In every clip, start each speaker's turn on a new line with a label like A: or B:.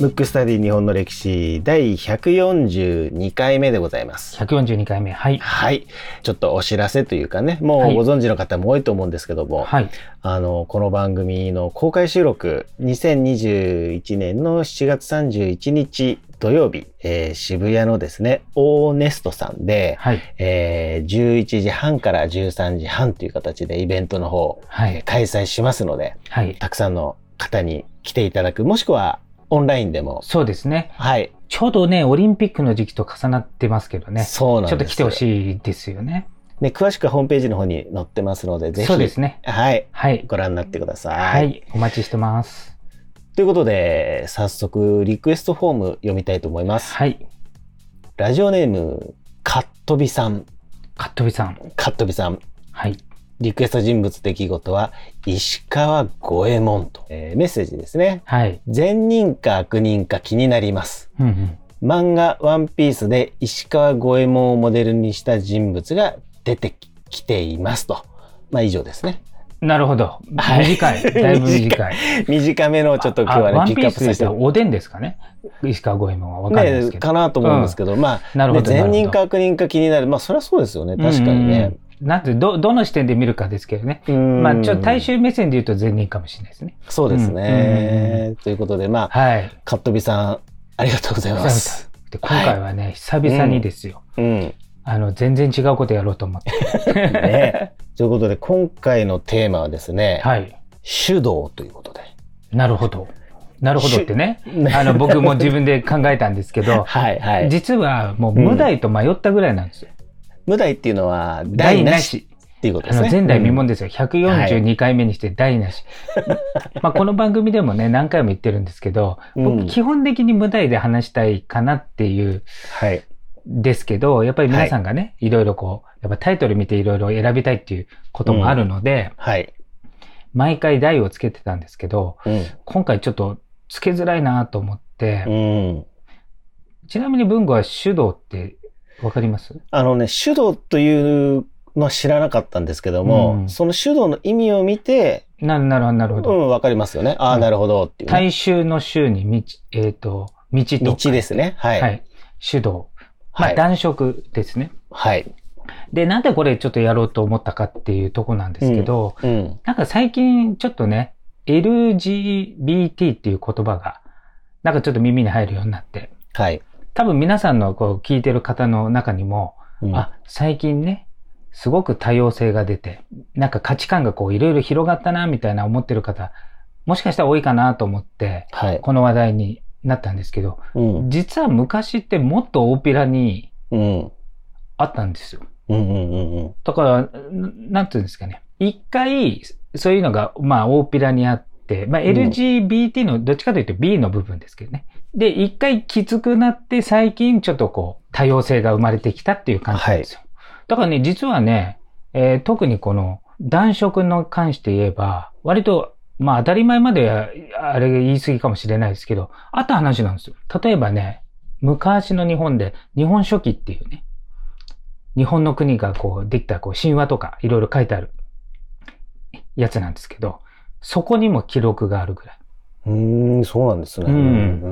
A: ムックスタディ日本の歴史第142回目でございます。
B: 142回目。はい。
A: はい。ちょっとお知らせというかね、も
B: は
A: う
B: い
A: ご存知の方も多いと思うんですけども、
B: はい。
A: あの、この番組の公開収録、2021年の7月31日土曜日、えー渋谷のですね、オーネストさんで、
B: はい。
A: えー11時半から13時半という形でイベントの方、
B: は
A: えー
B: い。
A: 開催しますので、
B: はい。
A: たくさんの方に来ていただく、もしくはオンラインでも、
B: そうですね。
A: はい、
B: ちょうどね、オリンピックの時期と重なってますけどね。
A: そうなんです。
B: ちょっと来てほしいですよね。
A: ね、詳しくはホームページの方に載ってますので、ぜひ、
B: そうですね。
A: はい、
B: はい。
A: ご覧になってくださ。
B: はいい。お待ちしてます。
A: ということで、早速、リクエストフォーム読みたいと思います。
B: はい。
A: ラジオネーム、かっとびさん。
B: かっとびさん。
A: かっとびさん。
B: はい。
A: リクエスト人物出来事は、石川五右衛門と、えーメッセージですね。
B: はい。
A: 善人か悪人か気になります。
B: うんうん。
A: 漫画ワンピースで石川五右衛門をモデルにした人物が出てきていますと。まあ以上ですね。
B: なるほど。
A: はい
B: 短い。だいぶ短い。
A: 短め のちょっと今日は
B: ああワ
A: ね、
B: ン
A: ピ
B: ピ
A: ックア
B: ー
A: ップ
B: スで
A: させ
B: した
A: て
B: らおでんですかね。石川五右衛門はわかんないです
A: ね
B: けど。
A: かなと思うんですけど、ま
B: な
A: あ、
B: る
A: ね、
B: ほど。な
A: 善
B: るほど
A: 人か悪人か気になる。まあそれはそうですよね。確かにね。。
B: うんうんなんて、ど、どの視点で見るかですけどね。
A: うん
B: まあ、ちょっと大衆目線で言うと善人かもしれないですね。
A: そうです
B: うんうん
A: ね。ということで、まあ、
B: はい。
A: かっとびさん、ありがとうございます。
B: で今回はね、久々にですよ。
A: うん。
B: あの、全然違うことやろうと 思って。
A: ね。ということで、今回のテーマはですね、
B: はい。
A: 手動ということで。
B: なるほど。なるほどってね。
A: ね
B: あの、僕も自分で考えたんですけど、
A: はい はい。
B: 実はもう無題と迷ったぐらいなんですよ。
A: 無題っていうのは、
B: 題
A: 題
B: な
A: なし
B: し。
A: っていうことで
B: あ
A: す
B: の
A: ね。
B: 前代未
A: うん
B: 聞ですよ。142回目にして題なし。まあこの番組でもね、何回も言ってるんですけど、
A: う
B: 僕
A: ん
B: 基本的に無題で話したいかなっていう
A: はい。
B: ですけど、やっぱり皆さんがね、い、ろいろこう、やっぱタイトル見ていろいろ選びたいっていうこともあるので、
A: はい。
B: 毎回題をつけてたんですけど、
A: うん。
B: 今回ちょっとつけづらいなと思って、
A: うん。
B: ちなみに文具は手動ってわかります
A: あのね、手動というのは知らなかったんですけども、
B: うん
A: その手動の意味を見て、
B: なるなるなる
A: う
B: ほど。
A: ん、わかりますよね。ああ、
B: うん
A: なるほどっていうね、
B: 大衆の衆に道、えっ、と、道と。
A: 道ですね。はい。
B: は
A: はい。
B: い。手動。
A: は
B: まあ、
A: い。
B: 暖色ですね。
A: はい。
B: で、なんでこれちょっとやろうと思ったかっていうとこなんですけど、
A: うん。
B: なんか最近ちょっとね、LGBT っていう言葉が、なんかちょっと耳に入るようになって、
A: はい。
B: 多分皆さんのこう聞いてる方の中にも、
A: うん、
B: あ、最近ね、すごく多様性が出て、なんか価値観がこういろいろ広がったな、みたいな思ってる方、もしかしたら多いかなと思って、
A: はい。
B: この話題になったんですけど、
A: うん。
B: 実は昔ってもっと大っぴらに
A: うん。
B: あったんですよ。
A: うんうんうんうん。
B: だから、ななんていうんですかね。一回、そういうのが、まあ、大っぴらにあって、まあ、
A: うん
B: LGBT の、どっちかというと B の部分ですけどね。で、一回きつくなって、最近ちょっとこう、多様性が生まれてきたっていう感じなんですよ。だからね、実はね、えー特にこの、男色の関して言えば、割と、まあ、当たり前までは、あれ言い過ぎかもしれないですけど、あった話なんですよ。例えばね、昔の日本で、日本書紀っていうね、日本の国がこうできたこう神話とかいろいろ書いてあるやつなんですけど、そこにも記録があるぐらい。
A: うーん、そうなんですね。
B: うん
A: う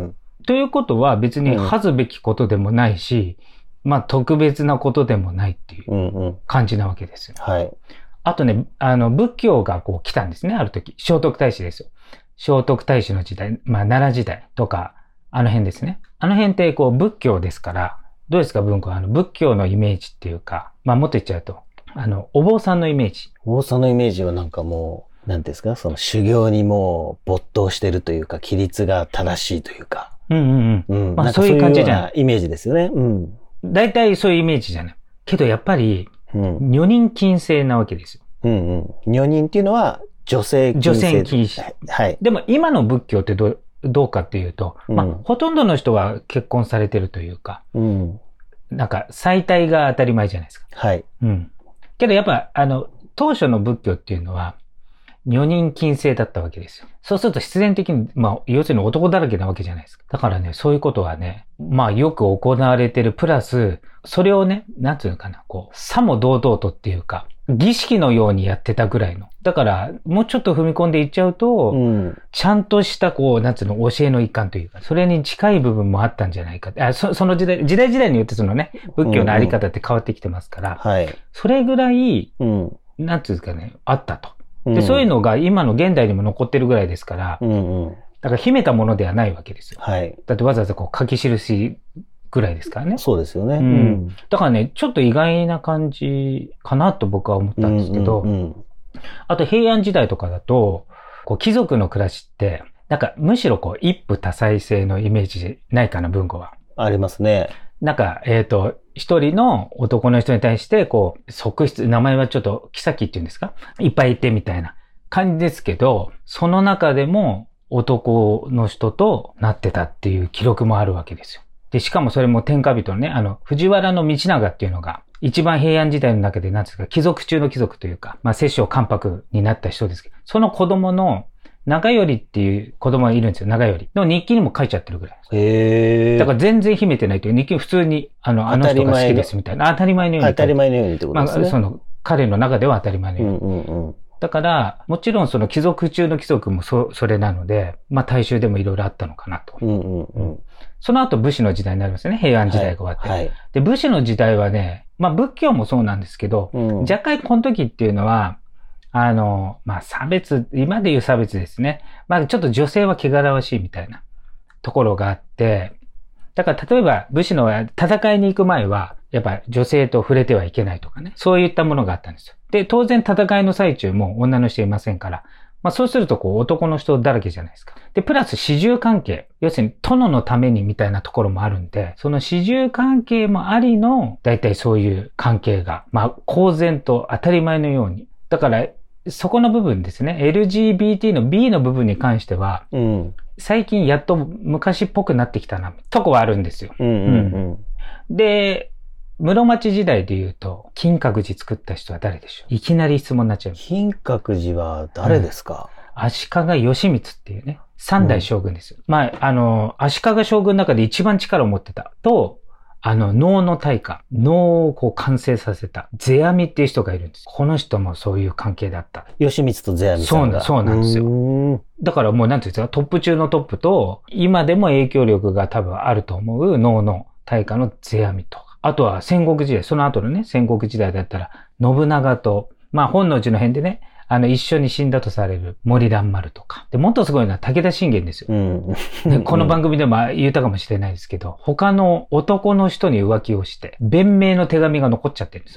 A: ん
B: ということは別に
A: うん
B: 恥ずべきことでもないし、まあ特別なことでもないっていう
A: うん。うんうん。
B: 感じなわけですよ。
A: はい。
B: あとね、あの仏教がこう来たんですね、ある時。聖徳太子ですよ。聖徳太子の時代、まあ奈良時代とか、あの辺ですね。あの辺ってこう仏教ですから、どうですか文庫あの仏教のイメージっていうか、まあもっと言っちゃうと、あの、お坊さんのイメージ。
A: 王さんのイメージはなんかもう、なんていうんですかその修行にもう没頭してるというか、規律が正しいというか。
B: うんうんうん。
A: うん。
B: まあ
A: なんか
B: そういう感じじゃん
A: ようなイメージですよね。うん。
B: 大体そういうイメージじゃない。けどやっぱり、
A: うん。
B: 女人禁制なわけですよ。
A: うんうん。女人っていうのは女性禁制。
B: 女性禁止
A: はいはい。
B: でも今の仏教ってどうどうかっていうと、まあ、
A: うん
B: ほとんどの人は結婚されてるというか、
A: うん。
B: なんか最大が当たり前じゃないですか。
A: はい。
B: うん。けどやっぱ、あの、当初の仏教っていうのは、女人禁制だったわけですよ。そうすると必然的に、まあ、要するに男だらけなわけじゃないですか。だからね、そういうことはね、まあ、よく行われてる。プラス、それをね、なんていうのかな、こう、さも堂々とっていうか、儀式のようにやってたぐらいの。だから、もうちょっと踏み込んでいっちゃうと、
A: うん。
B: ちゃんとした、こう、なんつうの、教えの一環というか、それに近い部分もあったんじゃないかって。あそその時代、時代時代によってそのね、仏教のあり方って変わってきてますから、
A: はい。
B: それぐらい、
A: うん。
B: なんつうんですかね、あったと。
A: うん
B: で、そういう、のが今の現代にも残ってるぐらいですから、
A: うんうん。
B: だから秘めたものではないわけですよ。
A: はい。
B: だってわざわざこう書き記ぐらいですからね。
A: そうですよね。
B: うんだからね、ちょっと意外な感じかなと僕は思っ
A: うん。
B: たんですけど、
A: うんうん
B: あと平安時代とかだと、こう貴族の暮らしって、なんかむしろこう一夫多妻制のイメージないかな、文庫は。
A: ありますね。
B: なんか、えっ、と、一人の男の人に対して、こう、側室、名前はちょっと、妃っていうんですかいっぱいいてみたいな感じですけど、その中でも男の人となってたっていう記録もあるわけですよ。で、しかもそれも天下人のね、あの、藤原道長っていうのが、一番平安時代の中で、なんですか、貴族中の貴族というか、まあ、摂政関白になった人ですけど、その子供の、長頼っていう子供がいるんですよ、長頼。の日記にも書いちゃってるぐらい。
A: へえ。
B: だから全然秘めてないという、日記普通に、あの、あの
A: 当た
B: 人
A: り前
B: が
A: の
B: 好きですみたいな、当たり前のように。
A: 当たり前のようにってことです
B: まあ、
A: ね。
B: その、彼の中では当たり前の
A: う
B: ように。
A: んうんうん。
B: だから、もちろんその貴族中の貴族もそ、それなので、まあ大衆でもいろいろあったのかなと。
A: うんうんうん。
B: その後武士の時代になりますよね、平安時代が終わって。
A: はい。
B: で、武士の時代はね、まあ仏教もそうなんですけど、
A: うん
B: 若干この時っていうのは、あの、まあ差別、今で言う差別ですね。まあちょっと女性は汚らわしいみたいなところがあって、だから例えば武士の戦いに行く前は、やっぱ女性と触れてはいけないとかね、そういったものがあったんですよ。で、当然戦いの最中も女の人いませんから、まあそうするとこう男の人だらけじゃないですか。で、プラス始終関係、要するに殿のためにみたいなところもあるんで、その始終関係もありの、だいたいそういう関係が、まあ公然と当たり前のように。だから、そこの部分ですね、LGBT の B の部分に関しては、
A: うん
B: 最近やっと昔っぽくなってきたな、とこはあるんですよ。
A: うんうん
B: で、室町時代で言うと、金閣寺作った人は誰でしょういきなり質問になっちゃ
A: う。。
B: うん
A: 金閣寺は誰ですか
B: 足利義満っていうね、三代将軍ですよ。まあ、あの、足利将軍の中で一番力を持ってたと、あの、能の大家、能をこう完成させた、世阿弥っていう人がいるんです。この人もそういう関係だった。
A: 吉光と世阿弥さんが。
B: そうなんそうなんですよ
A: よ。
B: だからもうなんていうんですか、トップ中のトップと、今でも影響力が多分あると思う能の大化の世阿弥とか。あとは戦国時代、その後のね、戦国時代だったら、信長と、まあ本能寺の辺でね、あの一緒に死んだとされる森蘭丸とか。で、もっとすごいのは武田信玄ですよ。
A: うん。
B: ねこの番組でも言ったかもしれないですけど、他の男の人に浮気をして、弁明の手紙が残っちゃってるんで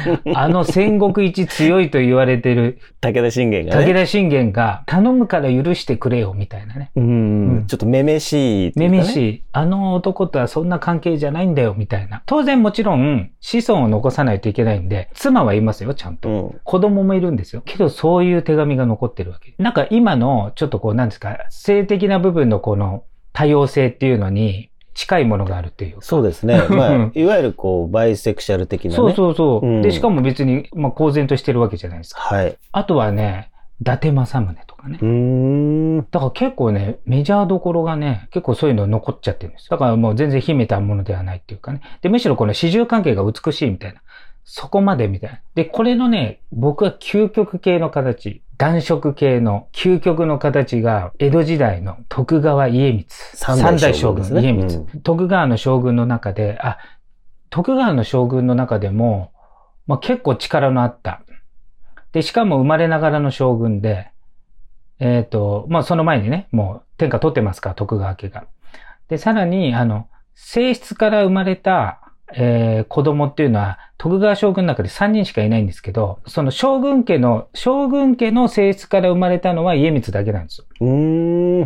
B: す よ。あの、あの戦国一強いと言われてる
A: 武田信玄が
B: 武
A: ね。
B: 田信玄が頼むから許してくれよみたいなね。
A: うん
B: うん
A: ちょっとめめしいってい
B: め
A: うかね。
B: めしい、あの男とはそんな関係じゃないんだよみたいな。当然もちろん子孫を残さないといけないんで、妻はいますよ、ちゃん
A: う
B: と。
A: ん。
B: 子供もいるんですよ。けどそういう手紙が残ってるわけ。なんか今のちょっとこうなんですか、性的な部分のこの多様性っていうのに近いものがあるというか。
A: そうです ね。
B: う
A: まあ
B: ん、
A: いわゆるこう、バイセクシャル的なね。
B: そうそうそう。
A: うん
B: で、しかも別に、まあ、公然としてるわけじゃないですか。
A: はい。
B: あとはね、伊達政宗とかね
A: う。ーん。
B: だから結構ね、メジャーどころがね、結構そういうの残っちゃってるんですよ。だからもう全然秘めたものではないっていうかね。で、むしろこの始終関係が美しいみたいな。そこまでみたいな。で、これのね、僕は究極系の形、暖色系の究極の形が、江戸時代の徳川家光。
A: 三代将軍ですね
B: 三代家光、
A: う
B: 徳川の将軍の中で、あ、徳川の将軍の中でも、まあ、結構力のあった。で、しかも生まれながらの将軍で、えっ、と、まあ、その前にね、もう天下取ってますから、徳川家が。で、さらに、あの、性質から生まれた、えー子供っていうのは、徳川将軍の中で3人しかいないんですけど、その将軍家の、将軍家の性質から生まれたのは家光だけなんですよ。
A: うー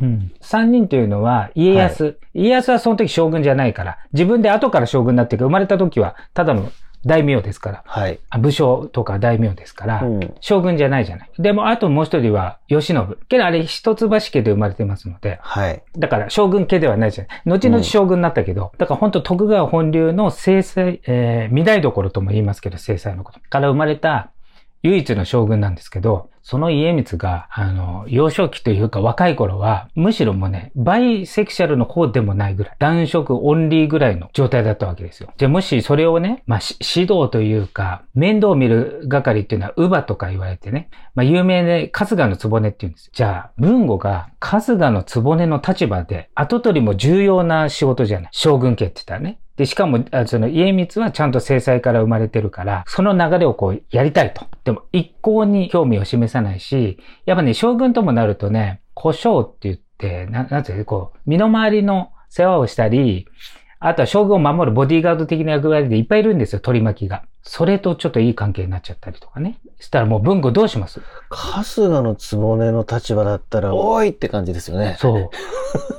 A: ん。
B: 3人というのは、家康、家康はその時将軍じゃないから、自分で後から将軍になっていく、生まれた時は、ただの大名ですから、
A: はい。
B: あ武将とか大名ですから、
A: うん
B: 将軍じゃないじゃない。でも、あともう一人は、慶喜。けど、あれ、一橋家で生まれてますので、
A: はい。
B: だから将軍系ではないじゃない。後々将軍になったけど、だから本当徳川本流の制裁、えー、御台所とも言いますけど、制裁のことから生まれた唯一の将軍なんですけど、その家光が、あの、幼少期というか若い頃は、むしろもうね、バイセクシャルの方でもないぐらい、男色オンリーぐらいの状態だったわけですよ。じゃあもしそれをね、まあ、し指導というか、面倒を見る係っていうのは、乳母とか言われてね、まあ、有名で、春日のつぼねって言うんですよ。じゃあ、文吾が春日のつぼねの立場で、後取りも重要な仕事じゃない。将軍家って言ったらね。で、しかも、あその家光はちゃんと制裁から生まれてるから、その流れをこうやりたいと。でも一向に興味を示さないし、やっぱね、将軍ともなるとね、故障って言って、ななんていうのこう、身の回りの世話をしたり、あとは将軍を守るボディーガード的な役割でいっぱいいるんですよ、取り巻きが。それとちょっといい関係になっちゃったりとかね。したらもう文庫どうします
A: 春日のつぼねの立場だったら、おーいって感じですよね。
B: そ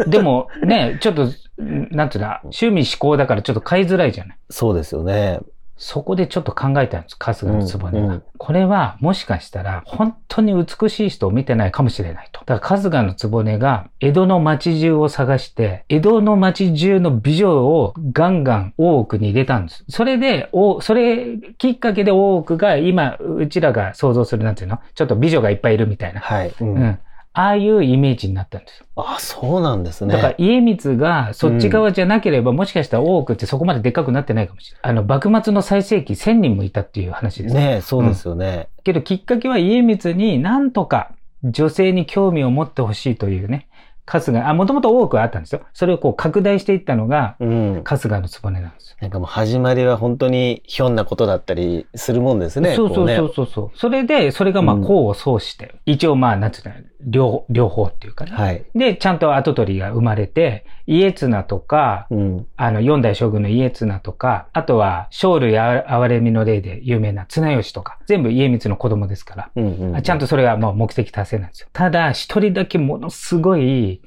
B: う。でもね、ちょっと、なんていうの、趣味思考だからちょっと買いづらいじゃない。
A: そうですよね。
B: そこでちょっと考えたんです、春日のつぼね
A: うんう
B: が
A: ん。
B: これはもしかしたら本当に美しい人を見てないかもしれないと。だから春日のつぼねが江戸の街中を探して、江戸の街中の美女をガンガン大奥に入れたんです。それで、おそれきっかけで大奥が今、うちらが想像するなんていうのちょっと美女がいっぱいいるみたいな。
A: はい。う
B: うん。ああいうイメージになったんです。
A: あ、そうなんですね。
B: だから家光がそっち側じゃなければ、もしかしたら大奥ってそこまででっかくなってないかもしれない。あの、幕末の最盛期1000人もいたっていう話です。
A: ねえそうですよね。
B: けどきっかけは家光になんとか女性に興味を持ってほしいというね、春日、あ、もともと大奥はあったんですよ。それをこう拡大していったのが、
A: うん。
B: 春日の局なんですよ。
A: なんかもう始まりは本当にひょんなことだったりするもんですね。
B: そうそうそ
A: こ
B: うそうそう、それで、それがまあ
A: うん
B: 功を奏して、一応まあ、なんていうの、両両方っていうかね。
A: ね。はい。
B: で、ちゃんと跡取りが生まれて、家綱とか、
A: うん。
B: あの、四代将軍の家綱とか、あとは、生類哀れみの例で有名な綱吉とか、全部家光の子供ですから、
A: うんうん、
B: あちゃん
A: と。
B: とそれがもう目的達成なんですよ。ただ、一人だけものすごい、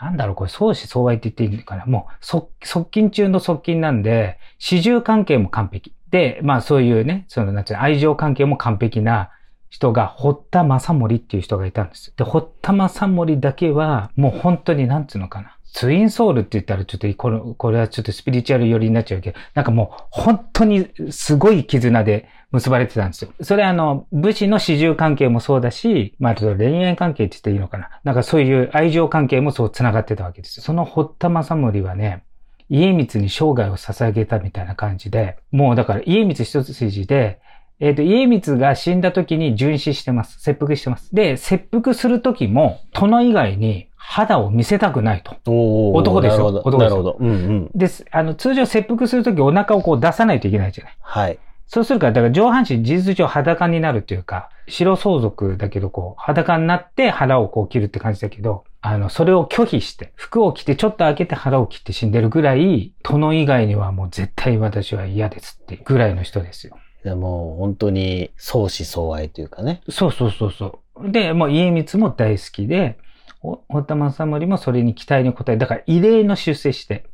B: なんだろう、これ、相思相愛って言っていいのかな。もう、側、側近中の側近なんで、始終関係も完璧。で、まあそういうね、その、なんていうの愛情関係も完璧な人が、堀田正盛っていう人がいたんですよ。で、堀田正盛だけは、もう本当になんつうのかな。ツインソウルって言ったらちょっと、これ、これはちょっとスピリチュアル寄りになっちゃうけど、なんかもう本当にすごい絆で結ばれてたんですよ。それあの、武士の始終関係もそうだし、まあ、ちょっと恋愛関係って言っていいのかな。なんかそういう愛情関係もそう繋がってたわけですよ。その堀田正盛はね、家光に生涯を捧げたみたいな感じで、もうだから家光一筋で、えっ、と、家光が死んだ時に殉死してます。切腹してます。で、切腹する時も、殿以外に肌を見せたくないと。
A: おー
B: 男でしょ
A: なるほど
B: 男でしょ
A: なるほど。うんうん。
B: です。あの、通常切腹するときお腹をこう出さないといけないじゃない。
A: はい。
B: そうするから、だから上半身事実上裸になるというか、白相続だけどこう、裸になって腹をこう切るって感じだけど、あの、それを拒否して、服を着てちょっと開けて腹を切って死んでるぐらい、殿以外にはもう絶対私は嫌ですっていうぐらいの人ですよ。
A: でもう本当に相思相愛というかね。
B: そうそうそうそう。で、もう家光も大好きで、お堀田正盛もそれに期待に応え、だから異例の出世して。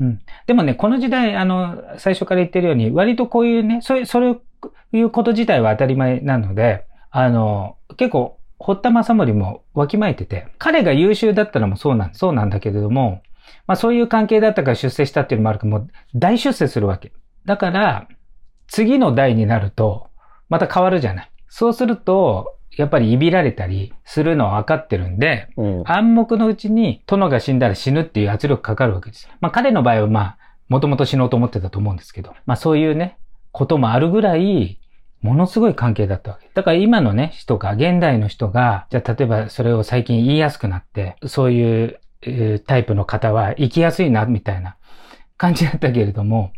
B: うん。でもね、この時代、あの、最初から言ってるように、割とこういうね、そういう、それいうこと自体は当たり前なので、あの、結構、堀田正盛もわきまえてて、彼が優秀だったのもそうなん、そうなんだけれども、まあそういう関係だったから出世したっていうのもあるけど、もう大出世するわけ。だから、次の代になると、また変わるじゃない。そうすると、やっぱりいびられたりするのは分かってるんで、
A: うん。
B: 暗黙のうちに殿が死んだら死ぬっていう圧力かかるわけです。まあ彼の場合はまあ、もともと死のうと思ってたと思うんですけど、まあそういうね、こともあるぐらい、ものすごい関係だったわけ。だから今のね、人が、現代の人が、じゃあ例えばそれを最近言いやすくなって、そういう、えータイプの方は生きやすいな、みたいな感じだったけれども、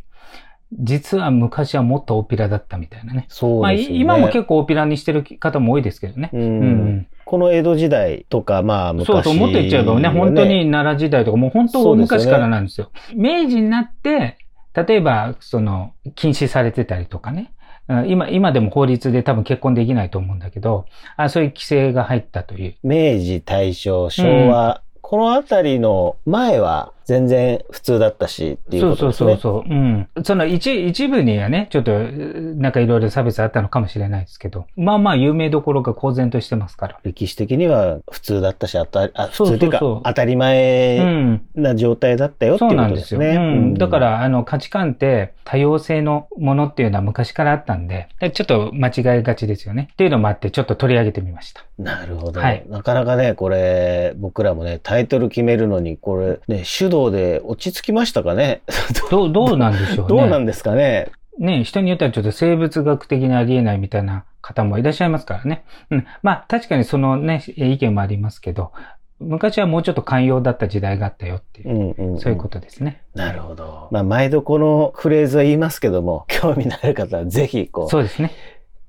B: 実は昔はもっと大ピラだったみたいなね。
A: そ
B: ま
A: う
B: あ、
A: ですよね。
B: い今も結構大ピラにしてる方も多いですけどね。
A: う。
B: うんん。
A: この江戸時代とか、まあ昔、
B: そうそう、もっと言っちゃえばね、本当。に奈良時代とか、もう本当大昔からなんですよ。明治になって、例えば、その、禁止されてたりとかね。うん今、今でも法律で多分結婚できないと思うんだけど、あそういう規制が入ったという。
A: 明治、大正、昭和、このあたりの前は、全然普通だったしっていう
B: そ
A: こ
B: う
A: と
B: そう
A: です
B: そう
A: ね。
B: そう。うん。その一一部にはね、ちょっと、なんかいろいろ差別あったのかもしれないですけど、まあまあ有名どころが公然としてますから。
A: 歴史的には普通だったし、あたあ
B: そ
A: 普通
B: うそうそう
A: っていうか当たり
B: う
A: 前
B: ん。
A: な状態だったよって
B: そう
A: いうこ
B: なん
A: と
B: で
A: ですす
B: よ。
A: ね。
B: うん。だか
A: うん、
B: ら、あの、価値観って多様性のものっていうのは昔からあったんで、でちょっと間違いがちですよね。っていうのもあって、ちょっと取り上げてみました。
A: なるほど、
B: はい
A: なかなかね、これ、僕らもね、タイトル決めるのに、これ、ね、手動で落ち着きましたかね
B: どう、どうなんでしょうね。
A: どうなんですかね
B: ね、人によってはちょっと生物学的にありえないみたいな方もいらっしゃいますからね。うん。まあ確かにそのね、え意見もありますけど、昔はもうちょっと寛容だった時代があったよっていうう、
A: んうん、うん。
B: そういうことですね。
A: なるほど。まあ、毎度このフレーズは言いますけども、 興味のある方はぜひ、こう、
B: そうですね。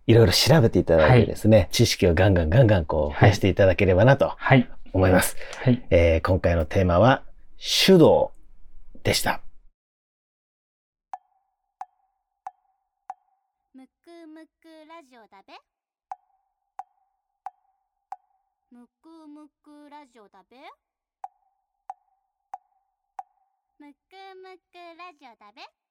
A: いろいろ調べていただいてですね、知識をガンガンガンガンこう、
B: は
A: 増
B: い
A: やしていただければなと
B: はい。
A: 思います。
B: はい。
A: えー今回のテーマは、手動でした。
C: むくむくラジオだべむくむくラジオだべむくむくラジオだべ